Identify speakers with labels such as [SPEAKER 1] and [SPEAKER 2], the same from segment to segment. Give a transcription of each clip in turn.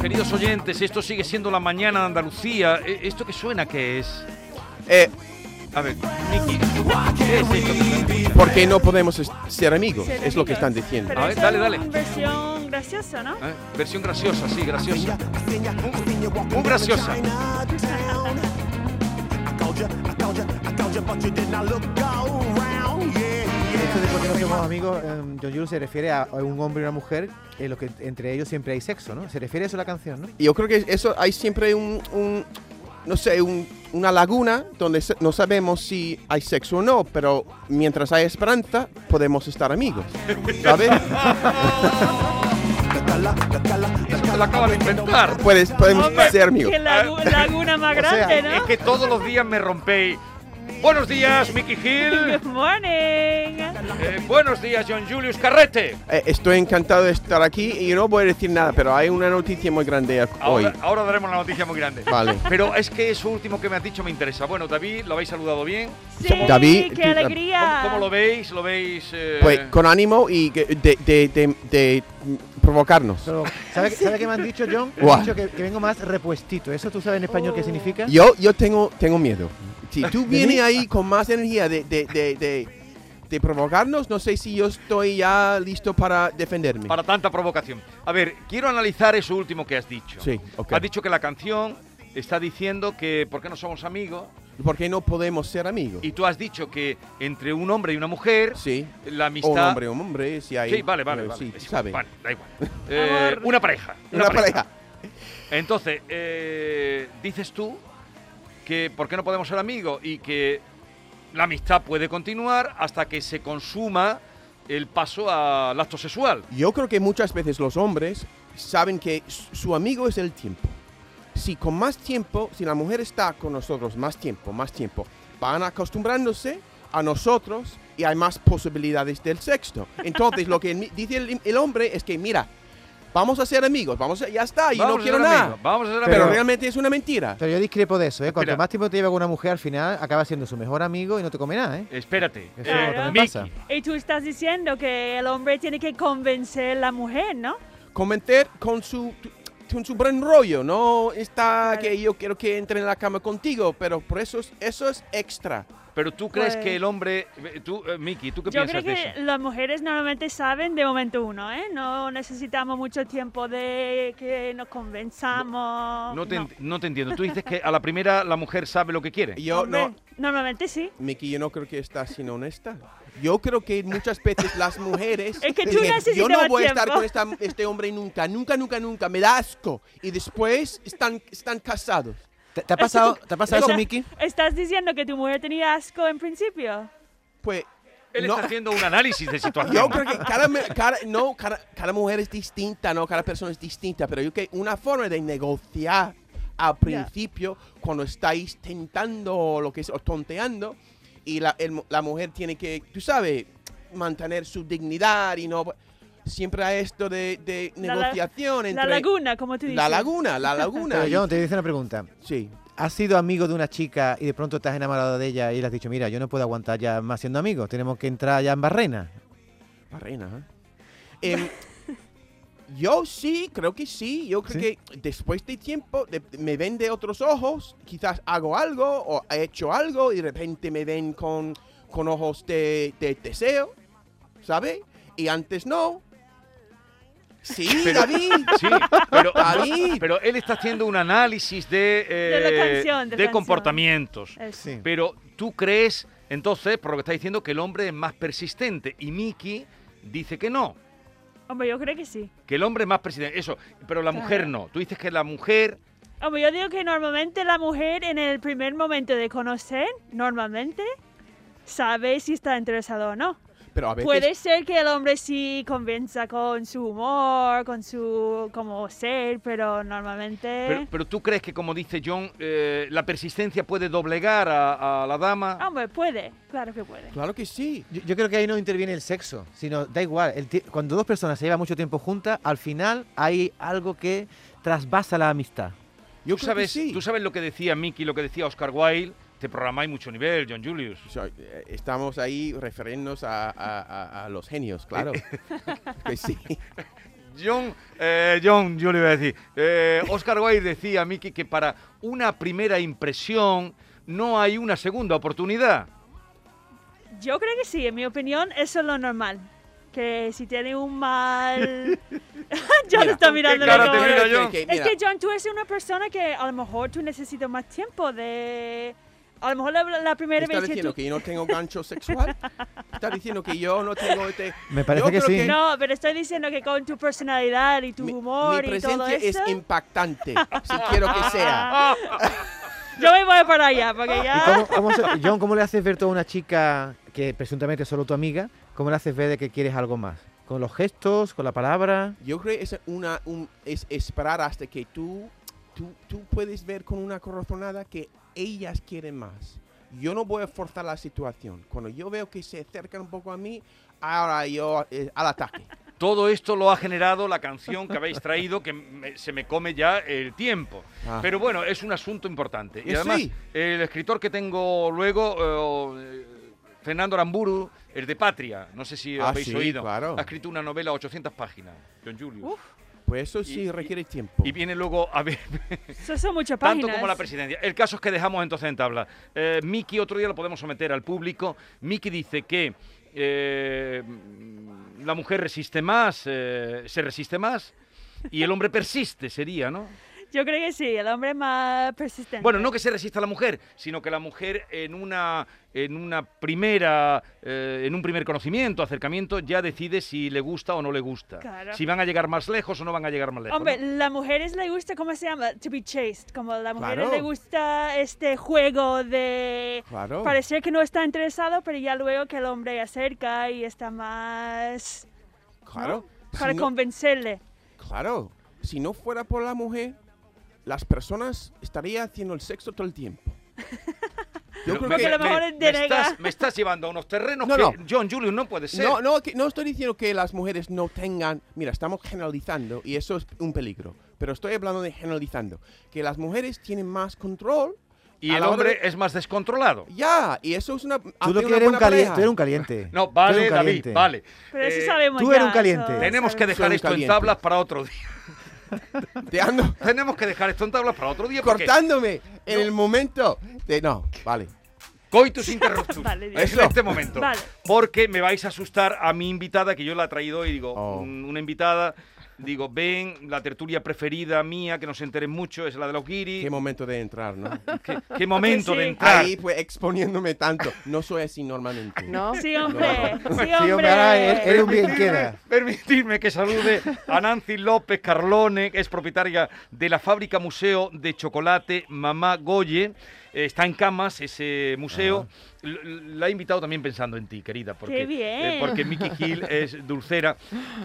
[SPEAKER 1] Queridos oyentes, esto sigue siendo la mañana de Andalucía. E- ¿Esto que suena qué es?
[SPEAKER 2] Eh,
[SPEAKER 1] A ver, Miki, ¿qué es esto que suena?
[SPEAKER 2] ¿Por qué no podemos es- ser amigos? es lo que están diciendo.
[SPEAKER 3] Pero
[SPEAKER 1] A ver,
[SPEAKER 3] esa
[SPEAKER 1] dale,
[SPEAKER 3] es
[SPEAKER 1] dale.
[SPEAKER 3] una Versión graciosa, ¿no?
[SPEAKER 1] Eh, Versión graciosa, sí, graciosa. Muy- Muy graciosa.
[SPEAKER 4] Eso de por qué no somos amigos, em, John Jules se refiere a, a un hombre y una mujer en los que entre ellos siempre hay sexo, ¿no? Se refiere a eso la canción, ¿no?
[SPEAKER 2] Y Yo creo que eso hay siempre un, un- no sé, un- una laguna donde se- no sabemos si hay sexo o no, pero mientras hay esperanza podemos estar amigos. ¿Sabes?
[SPEAKER 1] Esto lo acaba de inventar.
[SPEAKER 2] Puedes, podemos
[SPEAKER 3] Hombre,
[SPEAKER 2] ser amigos.
[SPEAKER 3] Qué lagu- laguna más grande, ¿no?
[SPEAKER 1] Es que todos los días me rompéis. Buenos días, Miki Gil.
[SPEAKER 3] Good morning.
[SPEAKER 1] Eh, buenos días, John Julius Carrete.
[SPEAKER 2] Eh, estoy encantado de estar aquí y no voy a decir nada, pero hay una noticia muy grande ac- hoy.
[SPEAKER 1] Ahora, ahora daremos la noticia muy grande.
[SPEAKER 2] Vale.
[SPEAKER 1] Pero es que eso último que me has dicho me interesa. Bueno, David, lo habéis saludado bien.
[SPEAKER 3] Sí,
[SPEAKER 2] David,
[SPEAKER 3] qué
[SPEAKER 2] tú-
[SPEAKER 1] ¿Cómo,
[SPEAKER 3] alegría.
[SPEAKER 1] cómo lo veis? ¿Lo veis? eh,
[SPEAKER 2] Pues con ánimo y que- de, de- de- de, mm, provocarnos.
[SPEAKER 4] Pero, ¿sabe, sabe qué me han dicho, John? Me
[SPEAKER 2] Guau.
[SPEAKER 4] han dicho que, que vengo más repuestito. ¿Eso tú sabes en español qué significa?
[SPEAKER 2] Yo, yo tengo, tengo miedo. Si tú
[SPEAKER 4] mí?
[SPEAKER 2] vienes ahí con más energía de, de, de, de- de provocarnos, no sé si yo estoy ya listo para defenderme.
[SPEAKER 1] para tanta provocación. A ver, quiero analizar eso último que has dicho.
[SPEAKER 2] Sí, ok.
[SPEAKER 1] Has dicho que la canción está diciendo que ¿por qué no somos amigos?
[SPEAKER 2] Porque no podemos ser amigos.
[SPEAKER 1] Y tú has dicho que entre un hombre y una mujer
[SPEAKER 2] sí.
[SPEAKER 1] la
[SPEAKER 2] O un
[SPEAKER 1] amistad...
[SPEAKER 2] hombre, un hombre, si hay.
[SPEAKER 1] Sí, vale, vale,
[SPEAKER 2] eh,
[SPEAKER 1] vale.
[SPEAKER 2] sí,
[SPEAKER 1] Es igual,
[SPEAKER 2] sabe.
[SPEAKER 1] vale, da igual. Eh,
[SPEAKER 3] Amor.
[SPEAKER 1] una pareja.
[SPEAKER 2] Una pareja.
[SPEAKER 1] Entonces, eh, dices tú que ¿por qué no podemos ser amigos? Y que la amistad puede continuar hasta que se consuma el paso al acto sexual.
[SPEAKER 2] Yo creo que muchas veces los hombres saben que su su amigo es el tiempo. Si con más tiempo, si la mujer está con nosotros más tiempo, más tiempo, van acostumbrándose a nosotros y hay más posibilidades del sexo. Entonces lo que mi- dice el, el hombre es que mira, vamos a ser amigos, vamos a- ya está, yo
[SPEAKER 1] Vamos
[SPEAKER 2] no
[SPEAKER 1] a
[SPEAKER 2] quiero
[SPEAKER 1] ser
[SPEAKER 2] nada.
[SPEAKER 1] amigos, Vamos a ser
[SPEAKER 2] Pero,
[SPEAKER 4] Pero-
[SPEAKER 1] amigos.
[SPEAKER 2] realmente es una mentira.
[SPEAKER 4] Pero yo discrepo de eso, ¿eh? Cuanto
[SPEAKER 1] Espera.
[SPEAKER 4] más tiempo te lleva con una mujer, al final acaba siendo su mejor amigo y no te come nada, ¿eh?
[SPEAKER 1] Espérate.
[SPEAKER 4] Eso
[SPEAKER 1] eh,
[SPEAKER 3] también
[SPEAKER 1] Miki,
[SPEAKER 4] pasa.
[SPEAKER 3] Y tú estás diciendo que el hombre tiene que convencer a la mujer, ¿no?
[SPEAKER 2] Comentar con su con su buen rollo, no está
[SPEAKER 3] Vale.
[SPEAKER 2] que yo quiero que entre en la cama contigo, pero por eso es- eso es extra.
[SPEAKER 1] Pero tú crees
[SPEAKER 3] Pues-
[SPEAKER 1] que el hombre. eh, Tú, eh, Miki, ¿tú qué
[SPEAKER 3] Yo creo
[SPEAKER 1] piensas de
[SPEAKER 3] que
[SPEAKER 1] eso?
[SPEAKER 3] las mujeres normalmente saben de momento uno, ¿eh? No necesitamos mucho tiempo de que nos convenzamos.
[SPEAKER 1] No te, ent- no te entiendo. Tú dices que a la primera la mujer sabe lo que quiere.
[SPEAKER 2] Yo no
[SPEAKER 3] Hombre, Normalmente sí.
[SPEAKER 2] Miki, yo no creo que estás siendo honesta. Yo creo que muchas veces las mujeres.
[SPEAKER 3] Es que tú
[SPEAKER 2] dicen,
[SPEAKER 3] necesitas
[SPEAKER 2] Yo no
[SPEAKER 3] más
[SPEAKER 2] voy a estar
[SPEAKER 3] tiempo".
[SPEAKER 2] con esta- este hombre nunca, nunca, nunca, nunca. Me da asco. Y después están, están casados.
[SPEAKER 4] ¿Te, te ha pasado, ¿te ha pasado eso,
[SPEAKER 3] Estás-
[SPEAKER 4] Miki?
[SPEAKER 3] ¿Estás diciendo que tu mujer tenía asco en principio?
[SPEAKER 2] Pues.
[SPEAKER 1] Él
[SPEAKER 2] no,
[SPEAKER 1] está haciendo un análisis de
[SPEAKER 2] yo
[SPEAKER 1] situación.
[SPEAKER 2] creo que cada, me- cada- no, cada, cada mujer es distinta, ¿no? Cada persona es distinta. Pero yo creo que una forma de negociar al principio, cuando estáis tentando o lo que es, o tonteando, y la, el- la mujer tiene que, tú sabes, mantener su dignidad y no. Siempre hay esto de, de
[SPEAKER 3] La la-
[SPEAKER 2] negociación entre.
[SPEAKER 3] La laguna, como tú dices.
[SPEAKER 2] La laguna, la laguna.
[SPEAKER 4] Pero John, te hice una pregunta.
[SPEAKER 2] Sí.
[SPEAKER 4] ¿Has sido amigo de una chica y de pronto estás enamorado de ella y le has dicho, mira, yo no puedo aguantar ya más siendo amigos, tenemos que entrar ya en barrena?
[SPEAKER 2] Barrena. ¿eh? Em, yo sí, creo que sí. Yo creo
[SPEAKER 4] ¿Sí?
[SPEAKER 2] que después de tiempo de- me ven de otros ojos. Quizás hago algo o he hecho algo y de repente me ven con, con ojos de, de deseo, ¿sabes? Y antes no. Sí,
[SPEAKER 1] Pero-
[SPEAKER 2] David.
[SPEAKER 1] Sí, pero,
[SPEAKER 2] David.
[SPEAKER 1] pero él está haciendo un análisis de, eh,
[SPEAKER 3] De la canción, de la
[SPEAKER 1] de
[SPEAKER 3] canción.
[SPEAKER 1] comportamientos.
[SPEAKER 3] Eso.
[SPEAKER 1] Pero tú crees, entonces, por lo que está diciendo, que el hombre es más persistente. Y Miki dice que no,
[SPEAKER 3] Hombre, yo creo que sí.
[SPEAKER 1] que el hombre es más persistente. Eso, pero la mujer no. Tú dices que la mujer.
[SPEAKER 3] Hombre, yo digo que normalmente la mujer en el primer momento de conocer, normalmente, sabe si está interesada o no.
[SPEAKER 2] Pero a veces
[SPEAKER 3] Puede ser que el hombre sí convenza con su humor, con su como ser, pero normalmente...
[SPEAKER 2] Eh.
[SPEAKER 1] Pero, pero tú crees que, como dice John, eh, la persistencia puede doblegar a, a la
[SPEAKER 2] Ah,
[SPEAKER 1] dama.
[SPEAKER 3] Hombre, puede, claro que puede.
[SPEAKER 2] Claro que sí.
[SPEAKER 4] Yo, yo creo que ahí no interviene el sexo, sino da igual. el ti- cuando dos personas se llevan mucho tiempo juntas, al final hay algo que trasvasa la amistad.
[SPEAKER 2] Yo
[SPEAKER 1] ¿Tú
[SPEAKER 2] creo que
[SPEAKER 1] sabes,
[SPEAKER 2] sí.
[SPEAKER 1] tú sabes lo que decía Mickey, lo que decía Oscar Wilde. Te programáis mucho nivel, John Julius.
[SPEAKER 2] O sea, eh, Estamos ahí refiriéndonos a, a- a- a los genios, claro. que sí.
[SPEAKER 1] John, eh, John, yo le iba a decir. eh, Oscar Wilde decía a Mickey que para una primera impresión no hay una segunda oportunidad.
[SPEAKER 3] Yo creo que sí, en mi opinión, eso es lo normal. Que si tiene un mal... John
[SPEAKER 2] Mira,
[SPEAKER 3] está
[SPEAKER 1] ¿con qué
[SPEAKER 3] mirando
[SPEAKER 1] cara te
[SPEAKER 3] como-
[SPEAKER 1] mira yo?
[SPEAKER 3] Es que John, tú eres una persona que a lo mejor tú necesitas más tiempo de... A lo mejor la, la primera
[SPEAKER 2] ¿Está
[SPEAKER 3] vez que
[SPEAKER 2] diciendo
[SPEAKER 3] tú...
[SPEAKER 2] que, yo no tengo gancho sexual? ¿Está diciendo que yo no tengo este...
[SPEAKER 4] Me parece
[SPEAKER 2] Yo
[SPEAKER 4] que
[SPEAKER 2] creo
[SPEAKER 4] sí.
[SPEAKER 2] que-
[SPEAKER 3] No, pero estoy diciendo que con tu personalidad y tu
[SPEAKER 2] Mi,
[SPEAKER 3] humor
[SPEAKER 2] mi
[SPEAKER 3] y todo
[SPEAKER 2] presencia es
[SPEAKER 3] eso...
[SPEAKER 2] impactante, si quiero que sea.
[SPEAKER 3] Ah. Yo me voy para allá, porque
[SPEAKER 4] ¿Y
[SPEAKER 3] ya...
[SPEAKER 4] cómo- cómo se- John, ¿cómo le haces ver tú a una chica que presuntamente es solo tu amiga? ¿Cómo le haces ver de que quieres algo más? ¿Con los gestos? ¿Con la palabra?
[SPEAKER 2] Yo creo que es, una, un- es esperar hasta que tú, tú, tú puedes ver con una corazonada que ellas quieren más. Yo no voy a forzar la situación. Cuando yo veo que se acercan un poco a mí, ahora yo eh, al ataque.
[SPEAKER 1] Todo esto lo ha generado la canción que habéis traído, que me- se me come ya el tiempo.
[SPEAKER 2] Ah.
[SPEAKER 1] Pero bueno, es un asunto importante. Y
[SPEAKER 2] Eh,
[SPEAKER 1] además,
[SPEAKER 2] sí.
[SPEAKER 1] el escritor que tengo luego, eh, Fernando Aramburu, el de Patria, no sé si
[SPEAKER 2] Ah,
[SPEAKER 1] habéis
[SPEAKER 2] sí,
[SPEAKER 1] oído,
[SPEAKER 2] claro.
[SPEAKER 1] ha escrito una novela 800 páginas, John Julius.
[SPEAKER 3] Uf.
[SPEAKER 2] Pues eso sí
[SPEAKER 1] y-
[SPEAKER 2] requiere tiempo.
[SPEAKER 1] Y viene luego a ver
[SPEAKER 3] Eso son muchas páginas.
[SPEAKER 1] tanto como la presidencia. El caso es que dejamos entonces en tabla. Eh, Miki, otro día lo podemos someter al público. Miki dice que eh, la mujer resiste más, eh, se resiste más y el hombre persiste, sería, ¿no?
[SPEAKER 3] Yo creo que sí, el hombre más persistente.
[SPEAKER 1] Bueno, no que se resista la mujer, sino que la mujer en una en una primera eh, en un primer conocimiento, acercamiento ya decide si le gusta o no le gusta,
[SPEAKER 3] Claro.
[SPEAKER 1] si van a llegar más lejos o no van a llegar más lejos.
[SPEAKER 3] Hombre,
[SPEAKER 1] ¿no?
[SPEAKER 3] las mujeres le gusta, ¿cómo se llama? To be chased. Como las mujeres
[SPEAKER 2] Claro.
[SPEAKER 3] le gusta este juego de
[SPEAKER 2] Claro.
[SPEAKER 3] parecer que no está interesado, pero ya luego que el hombre acerca y está más
[SPEAKER 2] Claro. Si
[SPEAKER 3] para
[SPEAKER 2] no-
[SPEAKER 3] convencerle.
[SPEAKER 2] claro. Si no fuera por la mujer, las personas estarían haciendo el sexo todo el tiempo. Yo
[SPEAKER 1] No,
[SPEAKER 2] creo
[SPEAKER 1] me-
[SPEAKER 3] Porque a lo
[SPEAKER 1] me-
[SPEAKER 3] mejor
[SPEAKER 1] me
[SPEAKER 3] denega.
[SPEAKER 1] estás, me estás llevando a unos terrenos
[SPEAKER 2] No,
[SPEAKER 1] que
[SPEAKER 2] no.
[SPEAKER 1] John Julius no puede ser.
[SPEAKER 2] No, no, que- no estoy diciendo que las mujeres no tengan. Mira, estamos generalizando y eso es un peligro. Pero estoy hablando de generalizando. Que las mujeres tienen más control.
[SPEAKER 1] y
[SPEAKER 2] a
[SPEAKER 1] el
[SPEAKER 2] la hora
[SPEAKER 1] hombre
[SPEAKER 2] de-
[SPEAKER 1] es más descontrolado.
[SPEAKER 2] Ya, y eso es una.
[SPEAKER 4] Tú lo
[SPEAKER 2] hace Ah,
[SPEAKER 4] que
[SPEAKER 2] una
[SPEAKER 4] eres un
[SPEAKER 2] buena
[SPEAKER 4] caliente.
[SPEAKER 2] pareja.
[SPEAKER 4] Tú eres un caliente.
[SPEAKER 1] No,
[SPEAKER 4] Tú eres
[SPEAKER 1] vale,
[SPEAKER 4] un
[SPEAKER 1] David,
[SPEAKER 4] caliente.
[SPEAKER 1] vale.
[SPEAKER 3] Pero eso
[SPEAKER 1] Eh,
[SPEAKER 3] sabemos
[SPEAKER 4] tú
[SPEAKER 3] ya,
[SPEAKER 4] eres un caliente.
[SPEAKER 3] eso
[SPEAKER 1] Tenemos que
[SPEAKER 3] sabemos.
[SPEAKER 2] Soy
[SPEAKER 1] dejar
[SPEAKER 2] un
[SPEAKER 1] esto en
[SPEAKER 2] caliente.
[SPEAKER 1] tablas para otro día.
[SPEAKER 2] Te ando
[SPEAKER 1] Tenemos que dejar esto en tablas para otro día porque
[SPEAKER 2] cortándome en el momento. de- no, vale.
[SPEAKER 1] coitus interruptus.
[SPEAKER 3] Vale, Dios.
[SPEAKER 1] es en
[SPEAKER 2] Eso.
[SPEAKER 1] este momento.
[SPEAKER 3] Vale.
[SPEAKER 1] Porque me vais a asustar a mi invitada que yo la he traído y digo,
[SPEAKER 2] Oh.
[SPEAKER 1] "Mm, una invitada, digo, ven, la tertulia preferida mía, que nos enteren mucho, es la de los guiris.
[SPEAKER 2] Qué momento de entrar, ¿no?
[SPEAKER 1] Qué, qué momento
[SPEAKER 3] Sí.
[SPEAKER 1] de entrar.
[SPEAKER 2] Ahí, pues, exponiéndome tanto. No soy así normalmente.
[SPEAKER 5] ¿No?
[SPEAKER 3] Sí, hombre. Sí,
[SPEAKER 4] Sí, hombre, ahora eres
[SPEAKER 3] hombre.
[SPEAKER 4] eres un bien queda.
[SPEAKER 1] Permitidme que salude a Nancy López Carlone, que es propietaria de la fábrica museo de chocolate Mamá Goye. Eh, Está en Camas ese museo. L- l- La he invitado también pensando en ti, querida, porque,
[SPEAKER 3] ¡Qué bien!
[SPEAKER 1] eh, porque Mickey Hill es dulcera.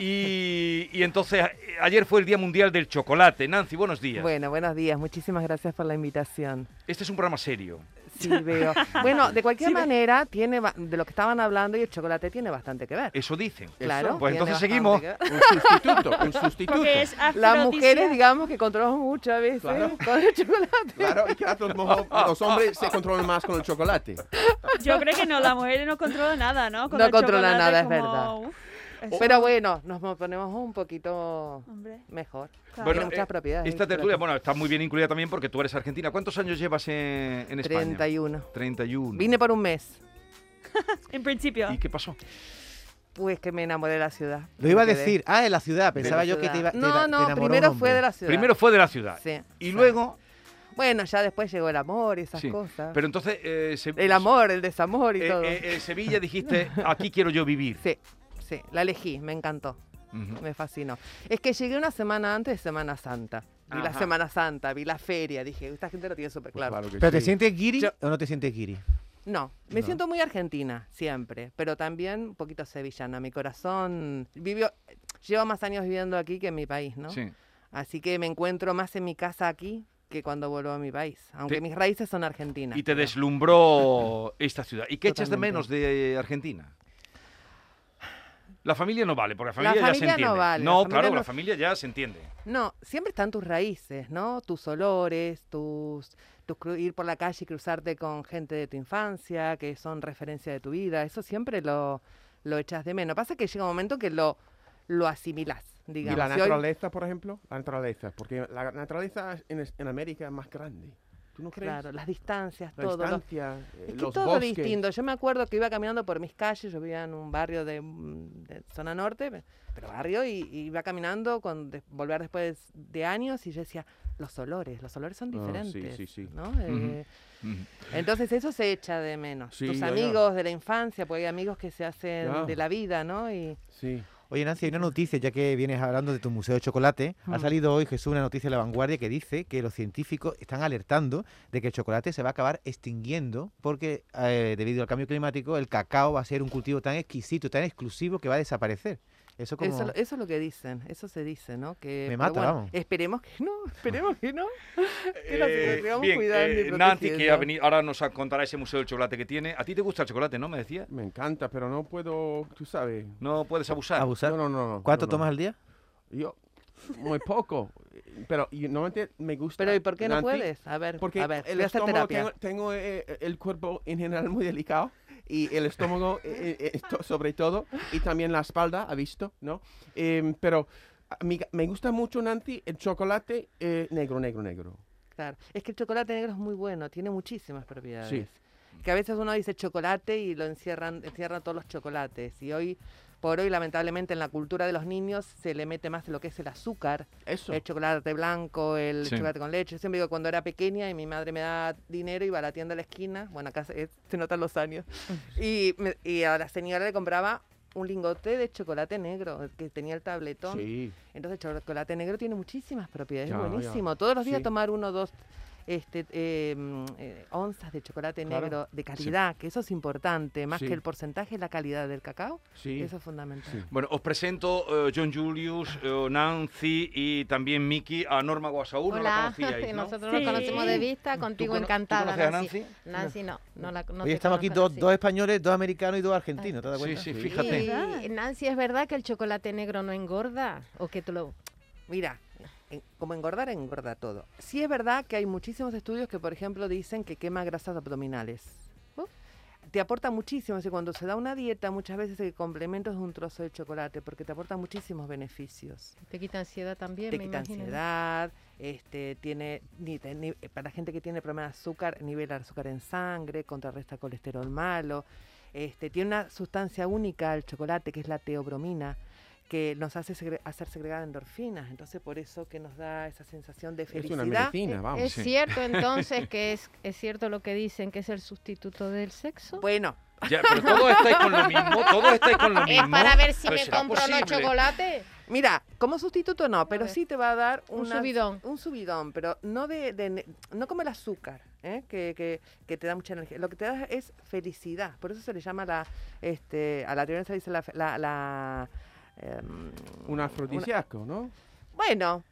[SPEAKER 1] Y, y entonces a- ayer fue el Día Mundial del Chocolate. Nancy, buenos días.
[SPEAKER 5] Bueno, buenos días. Muchísimas gracias por la invitación.
[SPEAKER 1] Este es un programa serio.
[SPEAKER 5] Sí, veo. Bueno, de cualquier
[SPEAKER 3] Sí, ve-
[SPEAKER 5] manera, tiene ba- de lo que estaban hablando y el chocolate tiene bastante que ver.
[SPEAKER 1] Eh, Eso dicen.
[SPEAKER 5] Claro.
[SPEAKER 1] Pues
[SPEAKER 5] tiene bastante
[SPEAKER 1] entonces seguimos.
[SPEAKER 5] que ver.
[SPEAKER 2] Un sustituto, un sustituto.
[SPEAKER 3] Porque es
[SPEAKER 5] Las mujeres,
[SPEAKER 3] afrodisíaco.
[SPEAKER 5] digamos, que controlamos mucho a veces
[SPEAKER 2] Claro.
[SPEAKER 5] con el chocolate.
[SPEAKER 2] Claro, y que a los, mojo- los hombres se controlan más con el chocolate.
[SPEAKER 3] Yo creo que no, las mujeres no controlan nada, ¿no?
[SPEAKER 5] No
[SPEAKER 3] el
[SPEAKER 5] controlan
[SPEAKER 3] chocolate
[SPEAKER 5] nada, es
[SPEAKER 3] como,
[SPEAKER 5] verdad.
[SPEAKER 3] uf,
[SPEAKER 1] Oh.
[SPEAKER 3] eso,
[SPEAKER 5] Pero bueno, nos mo- ponemos un poquito
[SPEAKER 3] hombre,
[SPEAKER 5] mejor.
[SPEAKER 3] claro.
[SPEAKER 1] Bueno,
[SPEAKER 5] Tiene muchas
[SPEAKER 1] eh,
[SPEAKER 5] propiedades.
[SPEAKER 1] Esta
[SPEAKER 5] el chocolate.
[SPEAKER 1] tertulia, bueno, está muy bien incluida también porque tú eres argentina. ¿Cuántos años llevas en, en España?
[SPEAKER 5] 31.
[SPEAKER 1] 31.
[SPEAKER 5] Vine por un mes,
[SPEAKER 3] en principio.
[SPEAKER 1] ¿Y qué pasó?
[SPEAKER 5] pues que me enamoré de la ciudad.
[SPEAKER 4] Lo iba a
[SPEAKER 5] Me quedé
[SPEAKER 4] decir. Ah, en la ciudad.
[SPEAKER 5] de la
[SPEAKER 4] Pensaba yo que
[SPEAKER 5] ciudad.
[SPEAKER 4] te iba te iba-
[SPEAKER 5] No,
[SPEAKER 4] te
[SPEAKER 5] no,
[SPEAKER 4] enamoró un
[SPEAKER 5] primero fue
[SPEAKER 4] hombre.
[SPEAKER 5] de la ciudad.
[SPEAKER 1] Primero fue de la ciudad.
[SPEAKER 5] Sí.
[SPEAKER 1] Y luego.
[SPEAKER 5] Bueno, ya después llegó el amor y esas
[SPEAKER 1] sí,
[SPEAKER 5] cosas.
[SPEAKER 1] Pero entonces. eh, se-
[SPEAKER 5] El amor, el desamor y
[SPEAKER 1] eh,
[SPEAKER 5] todo.
[SPEAKER 1] eh, eh, Sevilla dijiste, aquí quiero yo vivir.
[SPEAKER 5] Sí, sí, la elegí, me encantó,
[SPEAKER 1] Ujú.
[SPEAKER 5] me fascinó. Es que llegué una semana antes de Semana Santa. Vi la
[SPEAKER 1] Ajá.
[SPEAKER 5] Semana Santa, vi la feria, dije, esta gente lo tiene súper
[SPEAKER 2] Pues
[SPEAKER 5] claro.
[SPEAKER 2] que
[SPEAKER 4] ¿Pero te
[SPEAKER 2] sí.
[SPEAKER 4] sientes guiri
[SPEAKER 5] Yo-
[SPEAKER 4] o no te sientes guiri?
[SPEAKER 5] No, me
[SPEAKER 4] No.
[SPEAKER 5] siento muy argentina siempre, pero también un poquito sevillana. Mi corazón vivió, llevo más años viviendo aquí que en mi país, ¿no?
[SPEAKER 1] Sí.
[SPEAKER 5] Así que me encuentro más en mi casa aquí que cuando vuelvo a mi país, aunque
[SPEAKER 1] Te-
[SPEAKER 5] mis raíces son argentinas.
[SPEAKER 1] Y te deslumbró esta ciudad. ¿Y qué echas de
[SPEAKER 5] Totalmente.
[SPEAKER 1] menos de Argentina? La familia no vale, porque la familia, ya se
[SPEAKER 5] familia no
[SPEAKER 1] entiende.
[SPEAKER 5] vale, la
[SPEAKER 1] no,
[SPEAKER 5] familia
[SPEAKER 1] claro,
[SPEAKER 5] no-
[SPEAKER 1] la familia ya se entiende.
[SPEAKER 5] No, siempre están tus raíces, ¿no? Tus olores, tus, tus cru- ir por la calle y cruzarte con gente de tu infancia, que son referencia de tu vida, eso siempre lo, lo echas de menos. Pasa que llega un momento que lo, lo asimilás,
[SPEAKER 2] ¿Y
[SPEAKER 5] digamos.
[SPEAKER 2] la
[SPEAKER 5] Y hoy-
[SPEAKER 2] naturaleza, por ejemplo? La naturaleza, porque la naturaleza en, es- en América es más grande. ¿Tú no crees?
[SPEAKER 5] Claro, las distancias,
[SPEAKER 2] La
[SPEAKER 5] todo. lo-
[SPEAKER 2] distancia, eh,
[SPEAKER 5] Es que
[SPEAKER 2] los
[SPEAKER 5] todo
[SPEAKER 2] bosques.
[SPEAKER 5] distinto. Yo me acuerdo que iba caminando por mis calles, yo vivía en un barrio de, mm, de zona norte, pe- pero barrio, y, y iba caminando con de- volver después de años y yo decía, los olores, los olores son
[SPEAKER 2] Ah, sí,
[SPEAKER 5] diferentes.
[SPEAKER 2] sí, sí.
[SPEAKER 5] ¿no? Eh, Entonces eso se echa de menos.
[SPEAKER 2] Sí,
[SPEAKER 5] Tus
[SPEAKER 2] ya, ya.
[SPEAKER 5] amigos de la infancia, porque hay amigos que se hacen
[SPEAKER 2] Ya.
[SPEAKER 5] de la vida, ¿no? Y
[SPEAKER 2] Sí.
[SPEAKER 4] Oye, Nancy, hay una noticia, ya que vienes hablando de tu museo de chocolate. Ha
[SPEAKER 5] Mm.
[SPEAKER 4] salido hoy, Jesús, una noticia de La Vanguardia que dice que los científicos están alertando de que el chocolate se va a acabar extinguiendo porque, eh, debido al cambio climático, el cacao va a ser un cultivo tan exquisito, tan exclusivo que va a desaparecer. Eso como...
[SPEAKER 5] eso, eso es lo que dicen, eso se dice, ¿no? Que,
[SPEAKER 4] Me
[SPEAKER 5] pero
[SPEAKER 4] mata,
[SPEAKER 5] bueno,
[SPEAKER 4] vamos.
[SPEAKER 5] Esperemos que no, esperemos que no. que nos
[SPEAKER 1] Eh,
[SPEAKER 5] sigamos
[SPEAKER 1] bien,
[SPEAKER 5] cuidando y
[SPEAKER 1] eh, Nancy, que ha
[SPEAKER 5] protegiendo.
[SPEAKER 1] venido, ahora nos contará ese museo del chocolate que tiene. ¿A ti te gusta el chocolate, no? Me decía.
[SPEAKER 2] Me encanta, pero no puedo, tú sabes.
[SPEAKER 1] No puedes abusar.
[SPEAKER 4] abusar.
[SPEAKER 2] No, no, no. no,
[SPEAKER 4] ¿Cuánto
[SPEAKER 2] no, no.
[SPEAKER 4] tomas al día?
[SPEAKER 2] Yo, muy poco. Pero y normalmente me gusta.
[SPEAKER 5] Pero ¿y por qué no
[SPEAKER 2] Nancy,
[SPEAKER 5] puedes? A ver,
[SPEAKER 2] Porque
[SPEAKER 5] a ver,
[SPEAKER 2] el
[SPEAKER 5] voy a hacer
[SPEAKER 2] estómago,
[SPEAKER 5] terapia.
[SPEAKER 2] tengo, tengo, eh, el cuerpo en general muy delicado y el estómago eh, eh, esto- sobre todo y también la espalda, ha visto, ¿no? Em, pero a mí me gusta mucho, Nanti, el chocolate eh, negro, negro, negro.
[SPEAKER 5] Claro. Es que el chocolate negro es muy bueno, tiene muchísimas propiedades.
[SPEAKER 2] Sí.
[SPEAKER 5] Que a veces uno dice chocolate y lo encierran, encierran todos los chocolates. Y hoy, por hoy, lamentablemente, en la cultura de los niños se le mete más lo que es el azúcar,
[SPEAKER 2] Eso.
[SPEAKER 5] el chocolate blanco, el
[SPEAKER 1] Sí.
[SPEAKER 5] chocolate con leche. Yo siempre digo, cuando era pequeña y mi madre me daba dinero, iba a la tienda de la esquina, bueno, acá se, eh, se notan los años, y, me- y a la señora le compraba un lingote de chocolate negro, que tenía el tabletón.
[SPEAKER 2] Sí.
[SPEAKER 5] Entonces el chocolate negro tiene muchísimas propiedades,
[SPEAKER 2] Ya,
[SPEAKER 5] es
[SPEAKER 2] ya.
[SPEAKER 5] buenísimo. Todos los días
[SPEAKER 2] Sí.
[SPEAKER 5] tomar uno o dos este, eh, mm, eh, onzas de chocolate
[SPEAKER 2] Claro.
[SPEAKER 5] negro de calidad, que eso es importante, más
[SPEAKER 2] Sí.
[SPEAKER 5] que el porcentaje, la calidad del cacao,
[SPEAKER 2] Sí.
[SPEAKER 5] eso es fundamental.
[SPEAKER 2] Sí.
[SPEAKER 1] Bueno, os presento eh, John Julius, eh, Nancy y también Miki a Norma Guasaúl.
[SPEAKER 6] Hola,
[SPEAKER 1] No la conocíais, ¿no?
[SPEAKER 6] nosotros
[SPEAKER 3] Sí.
[SPEAKER 6] nos conocemos de vista, contigo
[SPEAKER 1] cono- tú
[SPEAKER 6] encantada.
[SPEAKER 1] conoces a
[SPEAKER 6] Nancy, no, no la no
[SPEAKER 4] Hoy
[SPEAKER 6] te
[SPEAKER 4] estamos aquí
[SPEAKER 6] conozco,
[SPEAKER 4] dos,
[SPEAKER 6] Nancy.
[SPEAKER 4] dos españoles, dos americanos y dos argentinos, ¿te das
[SPEAKER 1] Sí,
[SPEAKER 4] cuenta?
[SPEAKER 1] sí, fíjate.
[SPEAKER 6] Y, Nancy, ¿es verdad que el chocolate negro no engorda? ¿O que tú lo...?
[SPEAKER 5] Mira, en- como engordar, engorda todo. Sí es verdad que hay muchísimos estudios que, por ejemplo, dicen que quema grasas abdominales. Uf, Te aporta muchísimo, o sea, cuando se da una dieta muchas veces el complemento es un trozo de chocolate porque te aporta muchísimos beneficios.
[SPEAKER 6] Te quita ansiedad también,
[SPEAKER 5] te
[SPEAKER 6] me
[SPEAKER 5] quita
[SPEAKER 6] imagino.
[SPEAKER 5] ansiedad, este, tiene, ni- te- ni- para la gente que tiene problemas de azúcar, nivela el azúcar en sangre, contrarresta colesterol malo, este, tiene una sustancia única el chocolate que es la teobromina que nos hace segre- hacer segregar endorfinas, entonces por eso que nos da esa sensación de
[SPEAKER 2] Es una
[SPEAKER 5] felicidad.
[SPEAKER 2] medicina, vamos.
[SPEAKER 6] ¿Es
[SPEAKER 1] sí.
[SPEAKER 6] cierto entonces que es, es cierto lo que dicen, que es el sustituto del sexo? Ah,
[SPEAKER 5] Bueno,
[SPEAKER 1] Ya, pero todos estáis con lo mismo, todos estáis con lo
[SPEAKER 6] es
[SPEAKER 1] mismo.
[SPEAKER 6] para ver si
[SPEAKER 1] Pero
[SPEAKER 6] me
[SPEAKER 1] será
[SPEAKER 6] compro
[SPEAKER 1] posible.
[SPEAKER 6] los chocolates.
[SPEAKER 5] Mira, como sustituto no, pero
[SPEAKER 6] ver.
[SPEAKER 5] sí te va a dar
[SPEAKER 6] Un
[SPEAKER 5] unas-
[SPEAKER 6] subidón.
[SPEAKER 5] Un subidón, pero no de, de ne- no como el azúcar, ¿eh? que, que- que te da mucha energía. Lo que te da es felicidad. Por eso se le llama la, este, a la teoría se le dice la, fe- la, la, em,
[SPEAKER 2] Un afrodisíaco, ¿no?
[SPEAKER 5] una- bueno,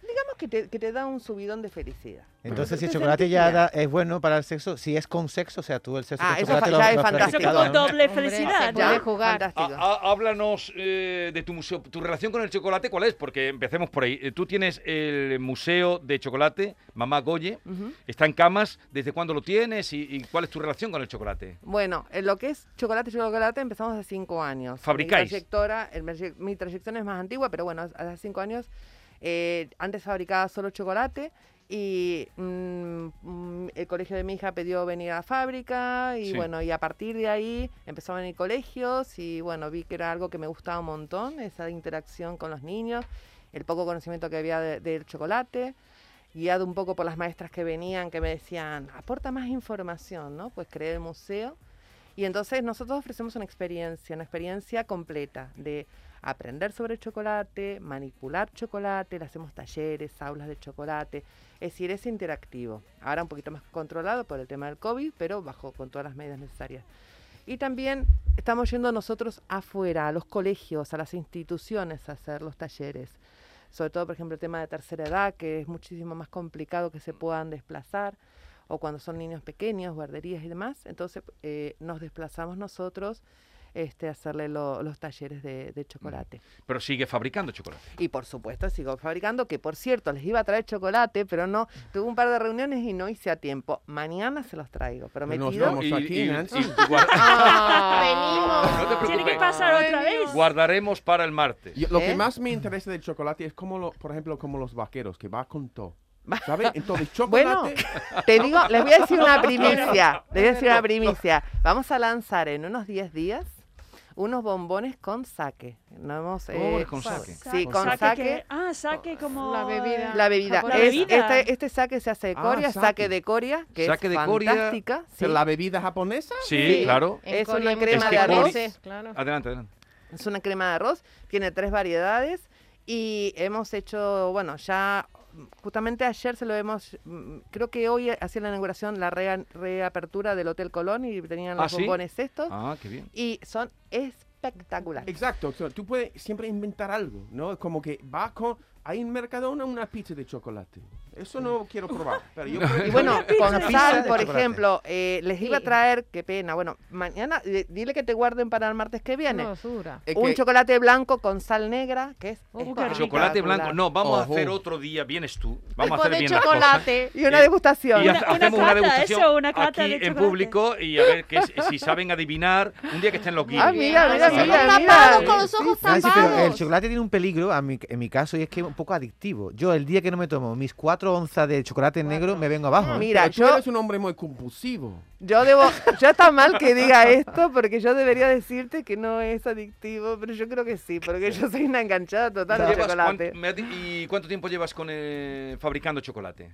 [SPEAKER 5] digamos que te, que te da un subidón de felicidad.
[SPEAKER 4] Entonces, si
[SPEAKER 5] Te
[SPEAKER 4] el chocolate ya
[SPEAKER 5] sentís
[SPEAKER 4] da- es bueno para el sexo, si es con sexo, o sea, tú el sexo
[SPEAKER 5] Ah,
[SPEAKER 4] con
[SPEAKER 5] eso
[SPEAKER 4] chocolate
[SPEAKER 5] fa- ya es
[SPEAKER 4] has
[SPEAKER 3] Eso
[SPEAKER 4] practicado,
[SPEAKER 3] como
[SPEAKER 4] ¿no?
[SPEAKER 3] doble
[SPEAKER 6] Hombre,
[SPEAKER 3] felicidad,
[SPEAKER 6] se
[SPEAKER 5] bien.
[SPEAKER 6] puede
[SPEAKER 3] ¿no?
[SPEAKER 5] Ya,
[SPEAKER 6] jugar.
[SPEAKER 5] fantástico.
[SPEAKER 1] Ah, ah, háblanos eh, de tu museo, tu relación con el chocolate, ¿cuál es? Porque empecemos por ahí. Eh, Tú tienes el museo de chocolate, Mamá Goye,
[SPEAKER 5] Ujú.
[SPEAKER 1] está en camas, ¿desde cuándo lo tienes y, y cuál es tu relación con el chocolate?
[SPEAKER 5] Bueno, en lo que es chocolate, chocolate, empezamos hace cinco años.
[SPEAKER 1] ¿Fabricáis?
[SPEAKER 5] Mi trayectoria, el merge- mi trayectoria es más antigua, pero bueno, hace cinco años. eh, antes fabricaba solo chocolate y mm, mm, el colegio de mi hija pidió venir a la fábrica y
[SPEAKER 1] Sí.
[SPEAKER 5] bueno, y a partir de ahí empezó a venir colegios y bueno, vi que era algo que me gustaba un montón, esa interacción con los niños, el poco conocimiento que había de- del chocolate guiado un poco por las maestras que venían, que me decían, aporta más información, ¿no? Pues creé el museo. Y entonces nosotros ofrecemos una experiencia, una experiencia completa de aprender sobre chocolate, manipular chocolate, le hacemos talleres, aulas de chocolate. Es decir, es interactivo. Ahora un poquito más controlado por el tema del COVID, pero bajo con todas las medidas necesarias. Y también estamos yendo nosotros afuera, a los colegios, a las instituciones a hacer los talleres. Sobre todo, por ejemplo, el tema de tercera edad, que es muchísimo más complicado que se puedan desplazar, o cuando son niños pequeños, guarderías y demás. Entonces eh, nos desplazamos nosotros este, a hacerle lo- los talleres de, de chocolate.
[SPEAKER 1] Pero sigue fabricando chocolate.
[SPEAKER 5] Y por supuesto sigo fabricando, que por cierto les iba a traer chocolate, pero no, tuve un par de reuniones y no hice a tiempo. Mañana se los traigo,
[SPEAKER 2] Nos
[SPEAKER 5] prometido.
[SPEAKER 2] vamos aquí, Nancy.
[SPEAKER 1] guarda-
[SPEAKER 5] Ah.
[SPEAKER 1] No te preocupes.
[SPEAKER 3] Tiene que pasar otra vez.
[SPEAKER 1] guardaremos para el martes.
[SPEAKER 2] Yo- lo que
[SPEAKER 5] ¿Eh?
[SPEAKER 2] más me interesa del chocolate es como, lo, por ejemplo, como los vaqueros, que va con todo. ¿Sabes? Entonces, chocolate...
[SPEAKER 5] Bueno, te digo, les voy a decir una primicia. Les voy a decir una primicia. Vamos a lanzar en unos 10 días unos bombones con saque. No hemos,
[SPEAKER 1] Bombones con saque.
[SPEAKER 5] Sí, con saque.
[SPEAKER 3] que- ah, saque como.
[SPEAKER 6] La bebida.
[SPEAKER 5] La bebida.
[SPEAKER 3] La
[SPEAKER 5] Es-
[SPEAKER 3] bebida.
[SPEAKER 5] Este, este saque se hace de
[SPEAKER 2] Ah,
[SPEAKER 5] coria,
[SPEAKER 2] saque.
[SPEAKER 5] saque. de coria, que
[SPEAKER 1] Saque
[SPEAKER 5] es
[SPEAKER 1] de coria,
[SPEAKER 5] fantástica. sí.
[SPEAKER 2] ¿pero ¿La bebida japonesa?
[SPEAKER 1] Sí, claro.
[SPEAKER 6] En
[SPEAKER 5] Es
[SPEAKER 6] Corea
[SPEAKER 5] una
[SPEAKER 6] hay muchas
[SPEAKER 5] crema
[SPEAKER 1] de arroz.
[SPEAKER 6] variantes, Claro.
[SPEAKER 1] Adelante, adelante.
[SPEAKER 5] Es una crema de arroz, tiene tres variedades y hemos hecho, bueno, ya mm, justamente ayer se lo hemos, mm, creo que hoy hacía la inauguración, la rea- reapertura del Hotel Colón y tenían los
[SPEAKER 1] ¿Ah, sí?
[SPEAKER 5] bombones estos
[SPEAKER 1] Ah, qué bien.
[SPEAKER 5] y son espectaculares.
[SPEAKER 2] Exacto. o sea, tú puedes siempre inventar algo, ¿no? Como que va con... Hay en Mercadona una pizza de chocolate. Eso no quiero probar. Pero yo creo
[SPEAKER 5] Y
[SPEAKER 2] que-
[SPEAKER 5] bueno,
[SPEAKER 3] Una pizza
[SPEAKER 5] con
[SPEAKER 3] de
[SPEAKER 5] sal,
[SPEAKER 4] chocolate.
[SPEAKER 5] por ejemplo, eh, les iba a
[SPEAKER 6] Sí.
[SPEAKER 5] traer, qué pena, bueno, mañana, eh, dile que te guarden para el martes que viene.
[SPEAKER 6] No, dura.
[SPEAKER 1] eh,
[SPEAKER 2] es
[SPEAKER 5] Un
[SPEAKER 2] que-
[SPEAKER 5] chocolate blanco con sal negra, que es
[SPEAKER 6] Uh, qué rico.
[SPEAKER 5] espectacular.
[SPEAKER 1] Chocolate blanco. No, vamos a
[SPEAKER 2] Ojo.
[SPEAKER 1] hacer otro día. Vienes tú. Vamos a
[SPEAKER 6] Tipo
[SPEAKER 1] hacer
[SPEAKER 6] de
[SPEAKER 1] bien las cosas.
[SPEAKER 6] chocolate.
[SPEAKER 5] Y una
[SPEAKER 1] Eh,
[SPEAKER 5] degustación.
[SPEAKER 1] Y
[SPEAKER 3] Una-
[SPEAKER 1] hace-
[SPEAKER 3] una
[SPEAKER 1] hacemos una
[SPEAKER 3] cata,
[SPEAKER 1] degustación
[SPEAKER 3] eso, una cata
[SPEAKER 1] aquí
[SPEAKER 3] de
[SPEAKER 1] en
[SPEAKER 3] chocolate.
[SPEAKER 1] público y a ver que, si- si saben adivinar un día que estén los guiris.
[SPEAKER 5] Ah, mira, mira,
[SPEAKER 1] Con los
[SPEAKER 5] mira,
[SPEAKER 6] ojos
[SPEAKER 5] mira.
[SPEAKER 6] tapados, con los ojos
[SPEAKER 4] Nancy, pero el
[SPEAKER 6] Vamos.
[SPEAKER 4] chocolate tiene un peligro, a mi- en mi caso, y es que es un poco adictivo. Yo el día que no me tomo mis cuatro onzas de chocolate negro, me vengo abajo. ¿eh?
[SPEAKER 5] Mira,
[SPEAKER 2] pero tú
[SPEAKER 5] yo-
[SPEAKER 2] eres un hombre muy compulsivo.
[SPEAKER 5] Yo debo, ya está mal que diga esto porque yo debería decirte que no es adictivo, pero yo creo que sí, porque yo soy una enganchada total de
[SPEAKER 1] ¿Llevas
[SPEAKER 5] chocolate.
[SPEAKER 1] cuán- me ha di- ¿Y cuánto tiempo llevas con eh, fabricando chocolate?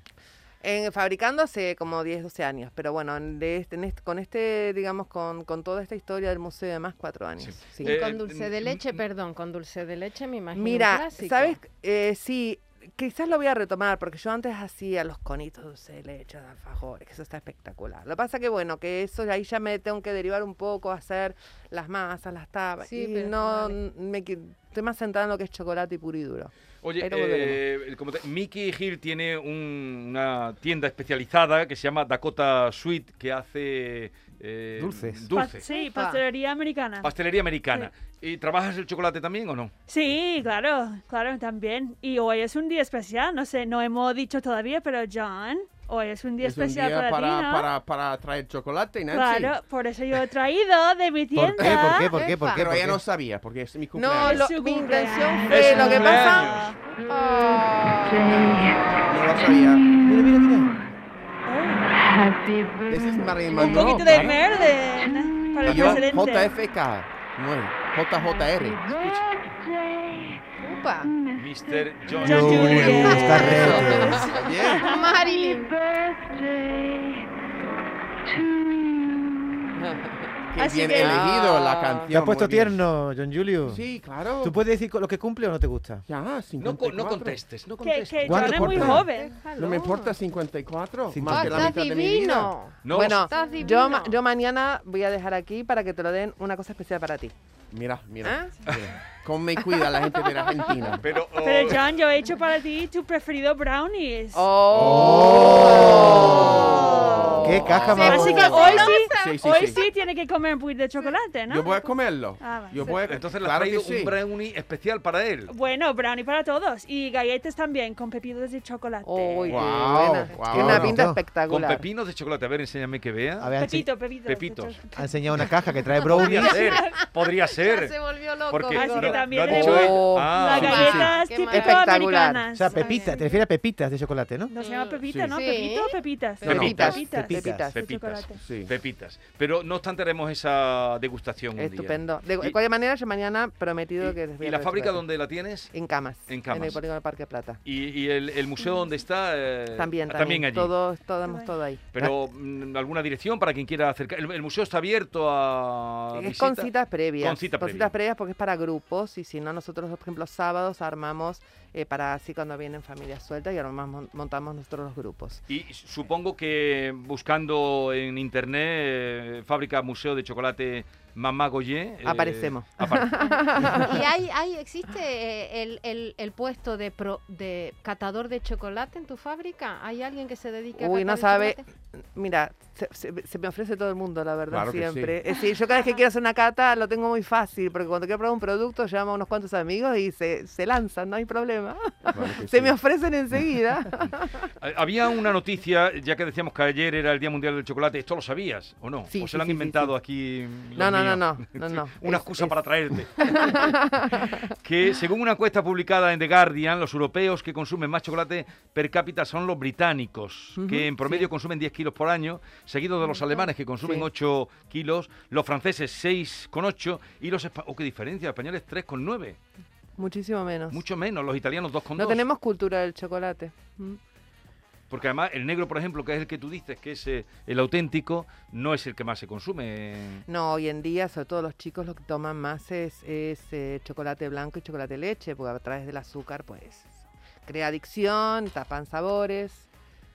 [SPEAKER 5] En, fabricando hace como 10, 12 años, pero bueno, en- de este- en este- con este, digamos, con, con toda esta historia del museo y demás, cuatro años.
[SPEAKER 1] Sí.
[SPEAKER 5] sí.
[SPEAKER 6] Y
[SPEAKER 1] Eh,
[SPEAKER 6] con dulce de
[SPEAKER 1] mm,
[SPEAKER 6] leche,
[SPEAKER 1] mm.
[SPEAKER 6] perdón, con dulce de leche me imagino. un
[SPEAKER 5] Mira,
[SPEAKER 6] clásico.
[SPEAKER 5] ¿sabes? Eh, sí, quizás lo voy a retomar porque yo antes hacía los conitos de dulce de leche, de alfajores, que eso está espectacular. Lo que pasa que, bueno, que eso ahí ya me tengo que derivar un poco, hacer las masas, las tabas.
[SPEAKER 6] Sí,
[SPEAKER 5] y
[SPEAKER 6] pero ¿eh?
[SPEAKER 5] no,
[SPEAKER 6] vale.
[SPEAKER 5] me, qui- estoy más centrada en lo que es chocolate y puro y duro.
[SPEAKER 1] Oye,
[SPEAKER 5] Pero
[SPEAKER 1] eh, como te- Mickey Hill tiene un- una tienda especializada que se llama Dakota Sweet, que hace... eh,
[SPEAKER 4] Dulces.
[SPEAKER 3] Pa-
[SPEAKER 1] dulces.
[SPEAKER 3] sí,
[SPEAKER 6] Pa.
[SPEAKER 3] pastelería americana.
[SPEAKER 1] Pastelería americana. ¿Y trabajas el chocolate también o no?
[SPEAKER 3] Sí, claro, claro, también. Y hoy es un día especial, no sé, no hemos dicho todavía, pero John, hoy es un día
[SPEAKER 2] es un
[SPEAKER 3] especial
[SPEAKER 2] día
[SPEAKER 3] para,
[SPEAKER 2] para,
[SPEAKER 3] ti, ¿no?
[SPEAKER 2] para, para traer chocolate, Nancy.
[SPEAKER 3] Claro, por eso yo he traído de mi
[SPEAKER 4] ¿Por qué?
[SPEAKER 3] tienda.
[SPEAKER 4] ¿Por qué? ¿Por qué? ¿Por qué?
[SPEAKER 2] Pero
[SPEAKER 4] ¿Por
[SPEAKER 2] ella
[SPEAKER 4] qué?
[SPEAKER 2] no sabía, porque es mi
[SPEAKER 5] No,
[SPEAKER 2] cumpleaños.
[SPEAKER 5] lo-
[SPEAKER 3] Es su
[SPEAKER 5] mi
[SPEAKER 3] cumpleaños.
[SPEAKER 5] intención
[SPEAKER 1] Es
[SPEAKER 5] fue
[SPEAKER 1] su
[SPEAKER 5] lo que pasa.
[SPEAKER 1] cumpleaños.
[SPEAKER 2] No lo
[SPEAKER 5] Ah.
[SPEAKER 2] sabía.
[SPEAKER 4] Mira, mira, mira.
[SPEAKER 3] Oh,
[SPEAKER 2] Ese es Marilyn
[SPEAKER 3] un
[SPEAKER 2] Monroe.
[SPEAKER 3] poquito de
[SPEAKER 2] claro.
[SPEAKER 3] verde para
[SPEAKER 2] Y
[SPEAKER 3] el
[SPEAKER 2] yo,
[SPEAKER 3] presidente.
[SPEAKER 2] JFK. No es, JJR.
[SPEAKER 6] Upa.
[SPEAKER 1] Mr. John.
[SPEAKER 4] No,
[SPEAKER 3] John Juliet.
[SPEAKER 4] está reto.
[SPEAKER 2] Bien.
[SPEAKER 6] Marilyn.
[SPEAKER 2] Qué
[SPEAKER 3] Así
[SPEAKER 2] bien
[SPEAKER 3] que-
[SPEAKER 2] elegido la
[SPEAKER 5] Ah.
[SPEAKER 2] canción.
[SPEAKER 4] Te has puesto
[SPEAKER 2] muy bien.
[SPEAKER 4] tierno, John Julio.
[SPEAKER 2] Sí, claro.
[SPEAKER 4] ¿Tú puedes decir co- lo que cumple o no te gusta?
[SPEAKER 2] Ya, 54.
[SPEAKER 1] No, co- no contestes, no
[SPEAKER 3] Que,
[SPEAKER 1] contestes.
[SPEAKER 3] que
[SPEAKER 4] ¿Cuándo
[SPEAKER 3] John es muy
[SPEAKER 2] corta?
[SPEAKER 3] joven.
[SPEAKER 2] No me importa 54. Más
[SPEAKER 6] Ah,
[SPEAKER 2] que la
[SPEAKER 6] estás
[SPEAKER 2] mitad de mi vida.
[SPEAKER 6] divino.
[SPEAKER 1] No,
[SPEAKER 5] bueno,
[SPEAKER 6] Estás
[SPEAKER 5] yo,
[SPEAKER 6] divino.
[SPEAKER 5] ma- yo mañana voy a dejar aquí para que te lo den una cosa especial para ti.
[SPEAKER 2] Mira,
[SPEAKER 5] ¿Ah?
[SPEAKER 2] mira. mira. Con me cuida la gente de la Argentina.
[SPEAKER 1] pero... oh,
[SPEAKER 3] Pero John, yo he hecho para ti tu preferido brownies.
[SPEAKER 1] Oh.
[SPEAKER 5] ¡Oh!
[SPEAKER 4] ¡Qué caja más
[SPEAKER 3] Así que
[SPEAKER 4] bonita!
[SPEAKER 3] hoy sí,
[SPEAKER 2] Sí, sí,
[SPEAKER 3] hoy
[SPEAKER 2] sí.
[SPEAKER 3] sí tiene que comer un poquito de chocolate, ¿no?
[SPEAKER 2] Yo voy a comerlo.
[SPEAKER 3] Ah, vale.
[SPEAKER 2] Yo voy a...
[SPEAKER 1] oh, Entonces le has
[SPEAKER 2] claro que
[SPEAKER 1] traído
[SPEAKER 2] sí.
[SPEAKER 1] un brownie especial para él.
[SPEAKER 3] Bueno, brownie para todos. Y galletas también, con pepitas de chocolate.
[SPEAKER 7] Oh,
[SPEAKER 5] Uy, qué
[SPEAKER 2] Guau,
[SPEAKER 5] buena.
[SPEAKER 2] guau,
[SPEAKER 5] Tiene una
[SPEAKER 4] no.
[SPEAKER 5] pinta
[SPEAKER 4] Con
[SPEAKER 1] Con
[SPEAKER 5] espectacular.
[SPEAKER 1] pepinos de chocolate. A ver, enséñame que vea.
[SPEAKER 4] A ver, ha ense-
[SPEAKER 3] Pepito, pepito.
[SPEAKER 1] Pepitos.
[SPEAKER 4] ha enseñado una caja que trae brownies.
[SPEAKER 1] Podría ser, podría
[SPEAKER 6] Ya se
[SPEAKER 1] ser.
[SPEAKER 6] volvió loco.
[SPEAKER 1] Porque
[SPEAKER 3] Así
[SPEAKER 1] no,
[SPEAKER 3] que
[SPEAKER 1] no ha
[SPEAKER 3] también
[SPEAKER 1] dicho
[SPEAKER 5] es-
[SPEAKER 1] él.
[SPEAKER 5] Oh,
[SPEAKER 1] Ah,
[SPEAKER 3] Las
[SPEAKER 2] sí, sí,
[SPEAKER 3] galletas
[SPEAKER 6] sí.
[SPEAKER 3] típico
[SPEAKER 5] Espectacular.
[SPEAKER 3] americanas.
[SPEAKER 4] O sea, pepita, te refieres a pepitas de chocolate, ¿no?
[SPEAKER 3] No se llama
[SPEAKER 6] Mm.
[SPEAKER 3] pepita,
[SPEAKER 2] Sí.
[SPEAKER 3] ¿no?
[SPEAKER 6] Sí.
[SPEAKER 3] Pepito, pepitas. Pepitas.
[SPEAKER 1] Pepitas.
[SPEAKER 4] Pepitas. Pepitas.
[SPEAKER 3] de
[SPEAKER 1] Pepitas.
[SPEAKER 3] chocolate.
[SPEAKER 2] Sí.
[SPEAKER 1] Pepitas. Pero no obstante, haremos esa degustación un día.
[SPEAKER 5] Estupendo. De
[SPEAKER 1] Y-
[SPEAKER 5] cualquier manera, yo mañana prometido que les
[SPEAKER 1] ¿Y,
[SPEAKER 5] voy
[SPEAKER 1] y
[SPEAKER 5] a
[SPEAKER 1] la fábrica
[SPEAKER 5] resolver.
[SPEAKER 1] dónde la tienes?
[SPEAKER 5] En Camas.
[SPEAKER 1] En Camas.
[SPEAKER 5] el polígono Parque Plata.
[SPEAKER 1] ¿Y, y el, el museo dónde está? Eh,
[SPEAKER 5] También, también.
[SPEAKER 1] allí.
[SPEAKER 5] Todo, todo,
[SPEAKER 3] Bueno.
[SPEAKER 5] todo ahí.
[SPEAKER 1] Pero mm, alguna dirección para quien quiera acercar. El, el museo está abierto a.
[SPEAKER 5] Es
[SPEAKER 1] Ah, visita?
[SPEAKER 5] con citas previas.
[SPEAKER 1] Con cita previa.
[SPEAKER 5] citas previas porque es para grupos y si no, nosotros, por ejemplo, sábados armamos eh, para así cuando vienen familias sueltas y armamos, montamos nosotros los grupos.
[SPEAKER 1] Y supongo que buscando en internet eh, fábrica museo de chocolate Mamá Goyer. eh,
[SPEAKER 5] Aparecemos.
[SPEAKER 1] apare-
[SPEAKER 6] ¿Y hay, hay, existe eh, el, el- el puesto de, pro- de catador de chocolate en tu fábrica? ¿Hay alguien que se dedique a
[SPEAKER 5] Uy,
[SPEAKER 6] catar
[SPEAKER 5] no
[SPEAKER 6] el
[SPEAKER 5] sabe.
[SPEAKER 6] chocolate?
[SPEAKER 5] Mira, se, se- se me ofrece todo el mundo, la verdad,
[SPEAKER 2] Claro que sí.
[SPEAKER 5] siempre. Es decir, yo cada vez que quiero hacer una cata lo tengo muy fácil porque cuando quiero probar un producto llamo a unos cuantos amigos y se, se lanzan, no hay problema.
[SPEAKER 2] Claro que
[SPEAKER 5] Se
[SPEAKER 2] sí.
[SPEAKER 5] me ofrecen enseguida.
[SPEAKER 1] Eh, Había una noticia, ya que decíamos que ayer era el Día Mundial del Chocolate. ¿Esto lo sabías o no?
[SPEAKER 5] Sí,
[SPEAKER 1] ¿O se
[SPEAKER 5] sí,
[SPEAKER 1] lo han
[SPEAKER 5] sí, sí,
[SPEAKER 1] inventado
[SPEAKER 5] sí.
[SPEAKER 1] aquí? los
[SPEAKER 5] No, no, no,
[SPEAKER 1] míos?
[SPEAKER 5] no, no, no.
[SPEAKER 1] Una
[SPEAKER 5] Es- Este
[SPEAKER 1] excusa
[SPEAKER 5] es-
[SPEAKER 1] para traerte. que según una encuesta publicada en The Guardian, los europeos que consumen más chocolate per cápita son los británicos,
[SPEAKER 5] Ujú,
[SPEAKER 1] que en promedio
[SPEAKER 5] sí.
[SPEAKER 1] consumen 10 kilos por año, seguidos de los alemanes que consumen
[SPEAKER 5] Sí.
[SPEAKER 1] 8 kilos, los franceses 6,8 y los españoles, oh, qué diferencia, los españoles 3,9,
[SPEAKER 5] Muchísimo menos.
[SPEAKER 1] mucho menos, los italianos 2,2.
[SPEAKER 5] No tenemos cultura del chocolate. Mm.
[SPEAKER 1] Porque además el negro, por ejemplo, que es el que tú dices que es eh, el auténtico, no es el que más se consume.
[SPEAKER 5] No, hoy en día, sobre todo los chicos, lo que toman más es, es, eh, chocolate blanco y chocolate leche, porque a través del azúcar, pues, crea adicción, tapan sabores.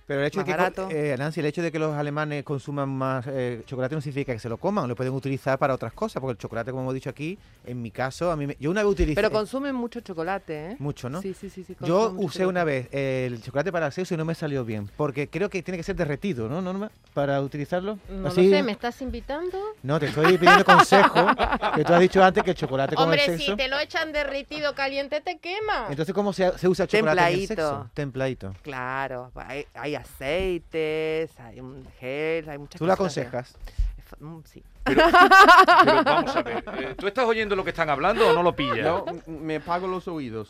[SPEAKER 4] Pero el hecho, de
[SPEAKER 5] Más
[SPEAKER 4] que,
[SPEAKER 5] barato.
[SPEAKER 4] co- eh, Nancy, el hecho de que los alemanes consuman más eh, chocolate no significa que se lo coman, lo pueden utilizar para otras cosas, porque el chocolate, como hemos dicho aquí, en mi caso, a mí me- yo una vez utilicé
[SPEAKER 5] Pero consumen mucho chocolate, ¿eh?
[SPEAKER 4] mucho, ¿no?
[SPEAKER 5] Sí, sí, sí. sí
[SPEAKER 4] Yo
[SPEAKER 5] consumen mucho
[SPEAKER 4] usé una
[SPEAKER 5] chocolate.
[SPEAKER 4] vez el chocolate para el sexo y no me salió bien, porque creo que tiene que ser derretido, ¿no, Norma? Para utilizarlo.
[SPEAKER 6] No
[SPEAKER 4] Así-
[SPEAKER 6] lo sé, ¿me estás invitando?
[SPEAKER 4] No, te estoy pidiendo consejo, que tú has dicho antes que el chocolate con el
[SPEAKER 6] Hombre,
[SPEAKER 4] sexo.
[SPEAKER 6] si te lo echan derretido caliente, te quema.
[SPEAKER 4] Entonces, ¿cómo se, se usa el chocolate en el
[SPEAKER 5] Templadito.
[SPEAKER 4] sexo? Templadito.
[SPEAKER 5] Claro, hay, hay aceites, hay un gel, hay muchas
[SPEAKER 4] ¿Tú lo
[SPEAKER 5] cosas de-
[SPEAKER 4] aconsejas?
[SPEAKER 5] Mm, Sí.
[SPEAKER 1] Pero vamos a ver, eh, ¿tú estás oyendo lo que están hablando o no lo pillas?
[SPEAKER 2] No, m- me pago los oídos.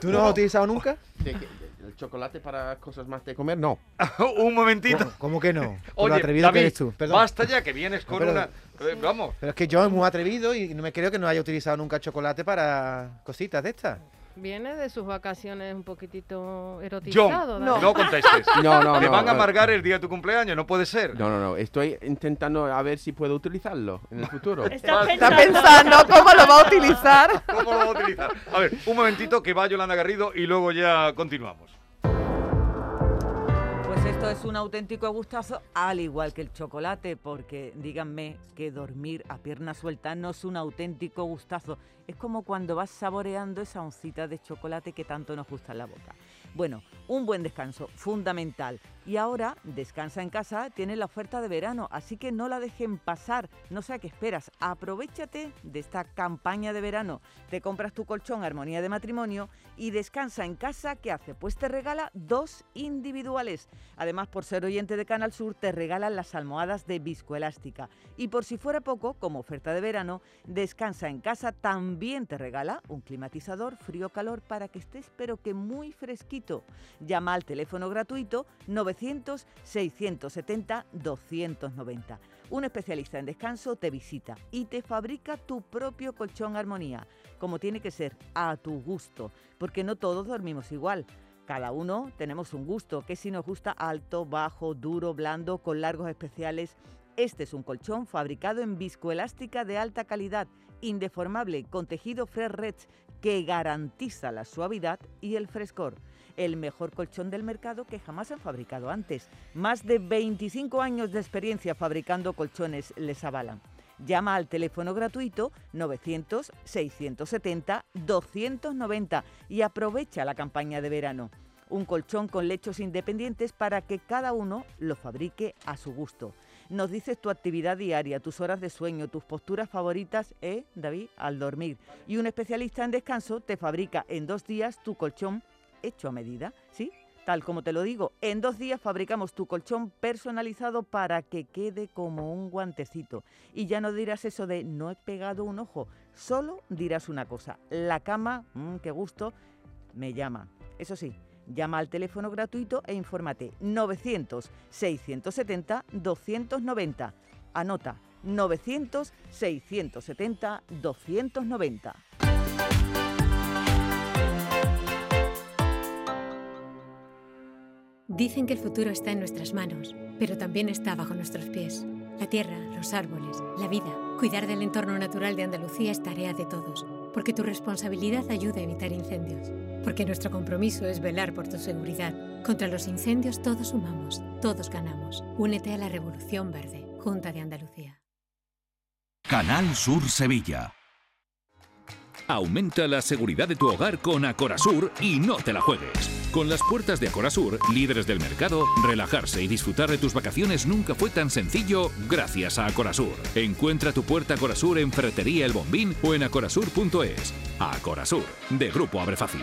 [SPEAKER 4] ¿Tú no lo has utilizado nunca?
[SPEAKER 2] De que- de- ¿El chocolate para cosas más de comer? No.
[SPEAKER 1] Un momentito.
[SPEAKER 4] ¿Cómo, cómo que no? Por
[SPEAKER 1] Oye,
[SPEAKER 4] lo atrevido
[SPEAKER 1] David,
[SPEAKER 4] que eres tú. Perdón.
[SPEAKER 1] basta ya que vienes con
[SPEAKER 4] Pero-
[SPEAKER 1] una... eh, vamos.
[SPEAKER 4] Pero es que yo es muy atrevido y no me creo que no haya utilizado nunca chocolate para cositas de estas.
[SPEAKER 6] Viene de sus vacaciones un poquitito erotizado.
[SPEAKER 1] John,
[SPEAKER 6] Dani.
[SPEAKER 1] no, contestes.
[SPEAKER 2] No, no,
[SPEAKER 1] Te
[SPEAKER 2] no.
[SPEAKER 1] van a
[SPEAKER 2] eh,
[SPEAKER 1] amargar el día de tu cumpleaños, no puede ser.
[SPEAKER 2] No, no, no. Estoy intentando a ver si puedo utilizarlo en el futuro.
[SPEAKER 3] Está
[SPEAKER 5] Está pensando cómo lo va a utilizar.
[SPEAKER 1] ¿Cómo lo va a utilizar? A ver, un momentito que va Yolanda Garrido y luego ya continuamos.
[SPEAKER 8] Pues esto es un auténtico gustazo, al igual que el chocolate, porque díganme que dormir a pierna suelta no es un auténtico gustazo. Es como cuando vas saboreando esa oncita de chocolate que tanto nos gusta en la boca. Bueno, un buen descanso, fundamental. Y ahora, Descansa en casa tiene la oferta de verano, así que no la dejen pasar. No sé a qué esperas. Aprovechate de esta campaña de verano. Te compras tu colchón Armonía de Matrimonio y Descansa en casa, ¿qué hace? Pues te regala dos individuales. Además, por ser oyente de Canal Sur, te regalan las almohadas de viscoelástica. Y por si fuera poco, como oferta de verano, Descansa en casa también te regala un climatizador frío-calor para que estés pero que muy fresquito. Llama al teléfono gratuito 900-670-290. Un especialista en descanso te visita y te fabrica tu propio colchón armonía, como tiene que ser, a tu gusto, porque no todos dormimos igual. Cada uno tenemos un gusto, que si nos gusta alto, bajo, duro, blando, con largos especiales. Este es un colchón fabricado en viscoelástica de alta calidad, indeformable, con tejido Fresh Reds, que garantiza la suavidad y el frescor. El mejor colchón del mercado que jamás han fabricado antes. Más de 25 años de experiencia fabricando colchones les avalan. Llama al teléfono gratuito 900-670-290 y aprovecha la campaña de verano. Un colchón con lechos independientes para que cada uno lo fabrique a su gusto. Nos dices tu actividad diaria, tus horas de sueño, tus posturas favoritas, ¿eh, David? Al dormir. Y un especialista en descanso te fabrica en dos días tu colchón hecho a medida, ¿sí? Tal como te lo digo, en dos días fabricamos tu colchón personalizado para que quede como un guantecito. Y ya no dirás eso de no he pegado un ojo, solo dirás una cosa, la cama, mm, qué gusto, me llama. Eso sí, Llama al teléfono gratuito e infórmate 900-670-290. Anota 900-670-290.
[SPEAKER 9] Dicen que el futuro está en nuestras manos, pero también está bajo nuestros pies. La tierra, los árboles, la vida. Cuidar del entorno natural de Andalucía es tarea de todos, porque tu responsabilidad ayuda a evitar incendios, porque nuestro compromiso es velar por tu seguridad. Contra los incendios todos sumamos, todos ganamos. Únete a la Revolución Verde, Junta de Andalucía.
[SPEAKER 10] Canal Sur Sevilla. Aumenta la seguridad de tu hogar con Acorasur y no te la juegues. Con las puertas de Acorasur, líderes del mercado, relajarse y disfrutar de tus vacaciones nunca fue tan sencillo gracias a Acorasur. Encuentra tu puerta Acorasur en Ferretería El Bombín o en acorasur.es. Acorasur, de Grupo Abre Fácil.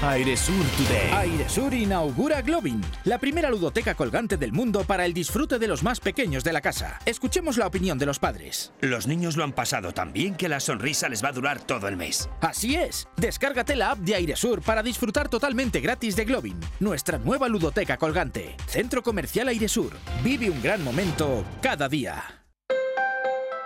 [SPEAKER 11] Airesur Today. Airesur inaugura Globin, la primera ludoteca colgante del mundo para el disfrute de los más pequeños de la casa. Escuchemos la opinión de los padres.
[SPEAKER 12] Los niños lo han pasado tan bien que la sonrisa les va a durar todo el mes.
[SPEAKER 11] Así es, descárgate la app de Airesur para disfrutar totalmente gratis de Globin, nuestra nueva ludoteca colgante. Centro Comercial Airesur. Vive un gran momento cada día.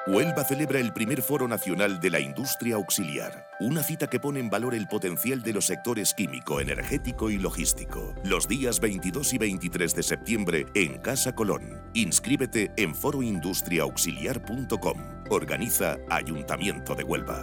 [SPEAKER 13] Huelva celebra el primer Foro Nacional de la Industria Auxiliar, una cita que pone en valor el potencial de los sectores químico, energético y logístico. Los días 22 y 23 de septiembre en Casa Colón. Inscríbete en foroindustriaauxiliar.com. Organiza Ayuntamiento de Huelva.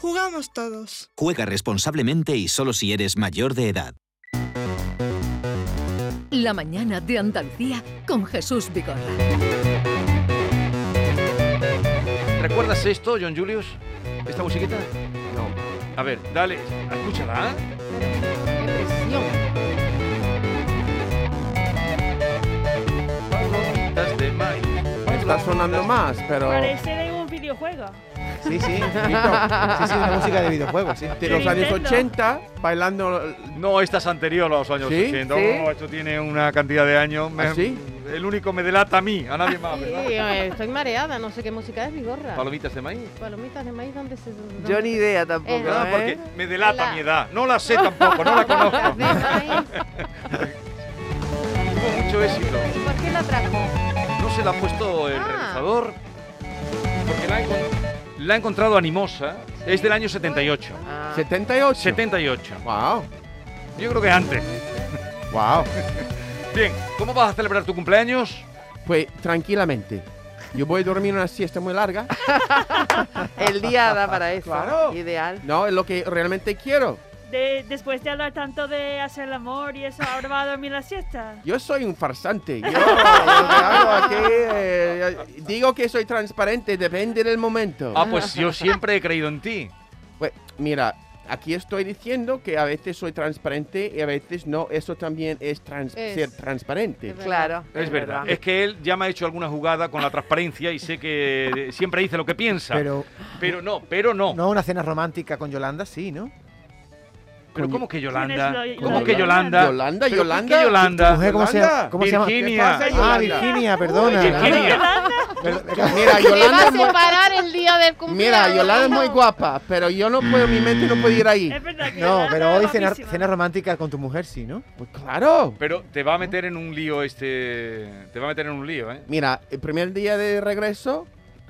[SPEAKER 7] jugamos todos.
[SPEAKER 14] Juega responsablemente y solo si eres mayor de edad.
[SPEAKER 15] La mañana de Andalucía con Jesús Vigorra.
[SPEAKER 1] ¿Recuerdas esto, John Julius? ¿Esta musiquita?
[SPEAKER 2] No.
[SPEAKER 1] A ver, dale, escúchala. ¿eh? Palomitas de maíz.
[SPEAKER 2] Está sonando más, pero.
[SPEAKER 3] Parece de un videojuego.
[SPEAKER 4] Sí, sí, Vito. sí, sí, una música de videojuegos, sí.
[SPEAKER 2] De los años 80, bailando.
[SPEAKER 1] No, esta es anterior a los años
[SPEAKER 2] ¿Sí?
[SPEAKER 1] 80.
[SPEAKER 2] ¿Sí?
[SPEAKER 1] No, esto tiene una cantidad de años. Me-
[SPEAKER 2] ¿Ah, sí?
[SPEAKER 1] El único me delata a mí, a nadie más,
[SPEAKER 6] Sí,
[SPEAKER 1] ¿verdad?
[SPEAKER 6] eh, estoy mareada, no sé qué música es, Vigorra.
[SPEAKER 1] Palomitas de maíz.
[SPEAKER 6] Palomitas de maíz, ¿dónde se.? dónde
[SPEAKER 5] Yo ni
[SPEAKER 6] se-
[SPEAKER 5] idea tampoco,
[SPEAKER 6] Eh,
[SPEAKER 1] No,
[SPEAKER 5] ¿eh?
[SPEAKER 1] porque me delata
[SPEAKER 6] La-
[SPEAKER 1] mi edad. No la sé tampoco, no la conozco.
[SPEAKER 6] De maíz.
[SPEAKER 1] Tuvo mucho éxito.
[SPEAKER 6] ¿Por qué la trajo?
[SPEAKER 1] No se la ha puesto el
[SPEAKER 6] Ah.
[SPEAKER 1] realizador porque la ha, encon- la ha encontrado animosa. Es del año 78.
[SPEAKER 5] Ah,
[SPEAKER 2] 78.
[SPEAKER 1] 78.
[SPEAKER 2] Wow.
[SPEAKER 1] Yo creo que antes.
[SPEAKER 2] Wow.
[SPEAKER 1] Bien, ¿cómo vas a celebrar tu cumpleaños?
[SPEAKER 2] Pues tranquilamente. Yo voy a dormir una siesta muy larga.
[SPEAKER 5] el día da para eso.
[SPEAKER 2] Claro.
[SPEAKER 5] Ideal.
[SPEAKER 2] No, es lo que realmente quiero.
[SPEAKER 3] De- después de hablar tanto de hacer el amor y eso, ahora va a dormir la siesta.
[SPEAKER 2] Yo soy un farsante. Yo lo que hago aquí, eh, digo que soy transparente, depende del momento.
[SPEAKER 1] Ah, pues yo siempre he creído en ti.
[SPEAKER 2] Pues, mira, aquí estoy diciendo que a veces soy transparente y a veces no. Eso también es, trans-
[SPEAKER 6] Es.
[SPEAKER 2] ser transparente.
[SPEAKER 6] Es verdad.
[SPEAKER 5] Claro.
[SPEAKER 1] Es verdad. Es que él ya me ha hecho alguna jugada con la transparencia y sé que siempre dice lo que piensa. Pero,
[SPEAKER 4] Pero
[SPEAKER 1] no, pero no.
[SPEAKER 4] no una cena romántica con Yolanda, sí, ¿no?
[SPEAKER 1] Pero ¿cómo que Yolanda?
[SPEAKER 3] ¿Quién es lo-
[SPEAKER 1] ¿Cómo que
[SPEAKER 3] Yolanda?
[SPEAKER 1] Yolanda?
[SPEAKER 2] Yolanda,
[SPEAKER 1] ¿Pero por
[SPEAKER 2] Yolanda?
[SPEAKER 1] qué Yolanda?
[SPEAKER 4] Mujer, ¿cómo se llama?
[SPEAKER 2] Yolanda.
[SPEAKER 4] ¿Cómo se llama?
[SPEAKER 1] Virginia.
[SPEAKER 2] ¿Qué pasa,
[SPEAKER 4] Ah,
[SPEAKER 2] Yolanda?
[SPEAKER 4] Virginia, perdona.
[SPEAKER 1] Virginia.
[SPEAKER 4] Perdona.
[SPEAKER 2] Mira,
[SPEAKER 6] Se va
[SPEAKER 2] Yolanda
[SPEAKER 6] a
[SPEAKER 2] es muy,
[SPEAKER 6] separar el día del cumpleaños.
[SPEAKER 2] mira, Yolanda es muy guapa, pero yo no puedo, mi mente no puede ir ahí.
[SPEAKER 3] Es verdad que
[SPEAKER 4] No,
[SPEAKER 3] Yolanda
[SPEAKER 4] pero hoy
[SPEAKER 3] es
[SPEAKER 4] cena,
[SPEAKER 3] guapísima.
[SPEAKER 4] cena romántica con tu mujer, sí, ¿no?
[SPEAKER 2] Pues claro.
[SPEAKER 1] Pero te va a meter en un lío este. Te va a meter en un lío, ¿eh?
[SPEAKER 2] Mira, el primer día de regreso,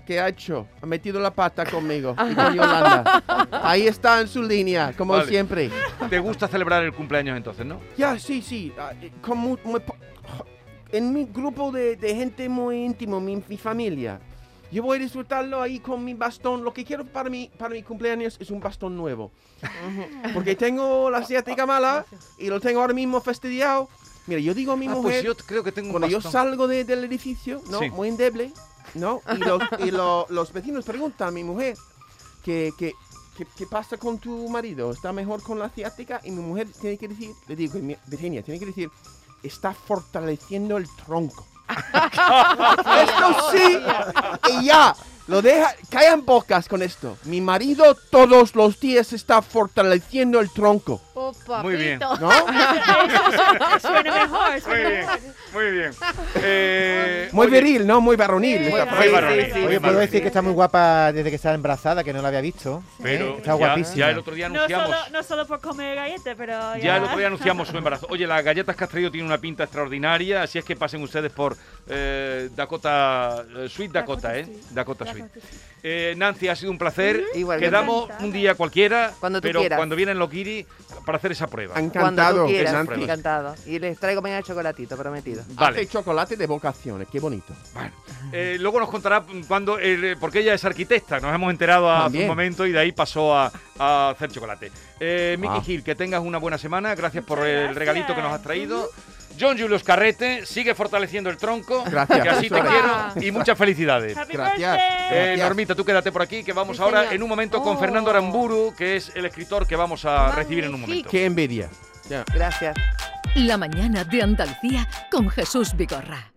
[SPEAKER 2] ¿qué ha hecho? Ha metido la pata conmigo y con Yolanda. Ahí está en su línea, como
[SPEAKER 1] Vale.
[SPEAKER 2] siempre.
[SPEAKER 1] ¿Te gusta celebrar el cumpleaños entonces, no?
[SPEAKER 2] Ya, sí, sí. ah, eh, con mu- muy po- en mi grupo de, de gente muy íntimo, mi, mi familia. Yo voy a disfrutarlo ahí con mi bastón. Lo que quiero para mi, para mi cumpleaños es un bastón nuevo. Porque tengo la asiática mala y lo tengo ahora mismo fastidiado. Mira, yo digo a mi
[SPEAKER 1] Ah, pues
[SPEAKER 2] mujer,
[SPEAKER 1] yo creo que tengo un
[SPEAKER 2] cuando yo
[SPEAKER 1] bastón.
[SPEAKER 2] salgo de- del edificio, ¿no?
[SPEAKER 1] Sí.
[SPEAKER 2] muy endeble, ¿no? y, los, y lo- los vecinos preguntan a mi mujer que, que, que- ¿qué pasa con tu marido? ¿Está mejor con la asiática? Y mi mujer tiene que decir, le digo, "Mi- Virginia, tiene que decir, está fortaleciendo el tronco. esto sí, y ya. Lo deja, callan bocas con esto. Mi marido todos los días está fortaleciendo el tronco.
[SPEAKER 6] Oh,
[SPEAKER 1] Muy bien.
[SPEAKER 2] ¿No?
[SPEAKER 3] Suena mejor,
[SPEAKER 1] Muy
[SPEAKER 3] suena
[SPEAKER 1] bien,
[SPEAKER 3] mejor.
[SPEAKER 1] muy bien. Eh,
[SPEAKER 2] Muy viril, ¿no? Muy varonil.
[SPEAKER 1] Sí,
[SPEAKER 2] esta
[SPEAKER 1] muy
[SPEAKER 2] frase.
[SPEAKER 1] varonil, Sí, sí, muy
[SPEAKER 4] Oye, puedo decir que está muy guapa desde que está embarazada, que no la había visto. ¿eh?
[SPEAKER 1] pero
[SPEAKER 4] Está
[SPEAKER 1] ya,
[SPEAKER 4] guapísima.
[SPEAKER 1] ya el otro día
[SPEAKER 3] No
[SPEAKER 1] anunciamos.
[SPEAKER 3] solo, no solo por comer galletas, pero ya...
[SPEAKER 1] Ya el otro día anunciamos su embarazo. Oye, las galletas que has traído tienen una pinta extraordinaria, así es que pasen ustedes por eh, Dakota eh, Sweet Dakota, ¿eh? Dakota Sweet. Eh, Nancy, ha sido un placer.
[SPEAKER 5] Igualmente.
[SPEAKER 1] Quedamos un día cualquiera,
[SPEAKER 5] Cuando tú
[SPEAKER 1] pero
[SPEAKER 5] quieras.
[SPEAKER 1] cuando vienen los guiri para hacer esa prueba.
[SPEAKER 5] Cuando tú quieras,
[SPEAKER 1] Esa prueba.
[SPEAKER 5] encantado. Y les traigo mañana el chocolatito, prometido.
[SPEAKER 1] Vale.
[SPEAKER 2] Hace chocolate de vocaciones, qué bonito.
[SPEAKER 1] Eh, luego nos contará cuando, porque ella es arquitecta, nos hemos enterado hace
[SPEAKER 2] También.
[SPEAKER 1] un momento y de ahí pasó a, a hacer chocolate. Eh, Miki
[SPEAKER 2] Ah.
[SPEAKER 1] Gil, que tengas una buena semana, gracias por
[SPEAKER 3] Muchas
[SPEAKER 1] el regalito que nos has
[SPEAKER 3] gracias.
[SPEAKER 1] traído. John Julius Carrete, sigue fortaleciendo el tronco,
[SPEAKER 2] Gracias,
[SPEAKER 1] que así te
[SPEAKER 2] profesora.
[SPEAKER 1] quiero y muchas felicidades.
[SPEAKER 3] Happy
[SPEAKER 2] Gracias.
[SPEAKER 3] birthday.
[SPEAKER 1] Eh,
[SPEAKER 2] Gracias.
[SPEAKER 1] Normita, tú quédate por aquí, que vamos
[SPEAKER 3] Sí,
[SPEAKER 1] ahora
[SPEAKER 3] señor.
[SPEAKER 1] en un momento
[SPEAKER 3] Oh.
[SPEAKER 1] con Fernando Aramburu, que es el escritor que vamos a recibir en un momento.
[SPEAKER 2] Qué envidia.
[SPEAKER 5] Gracias.
[SPEAKER 15] La mañana de Andalucía con Jesús Vigorra.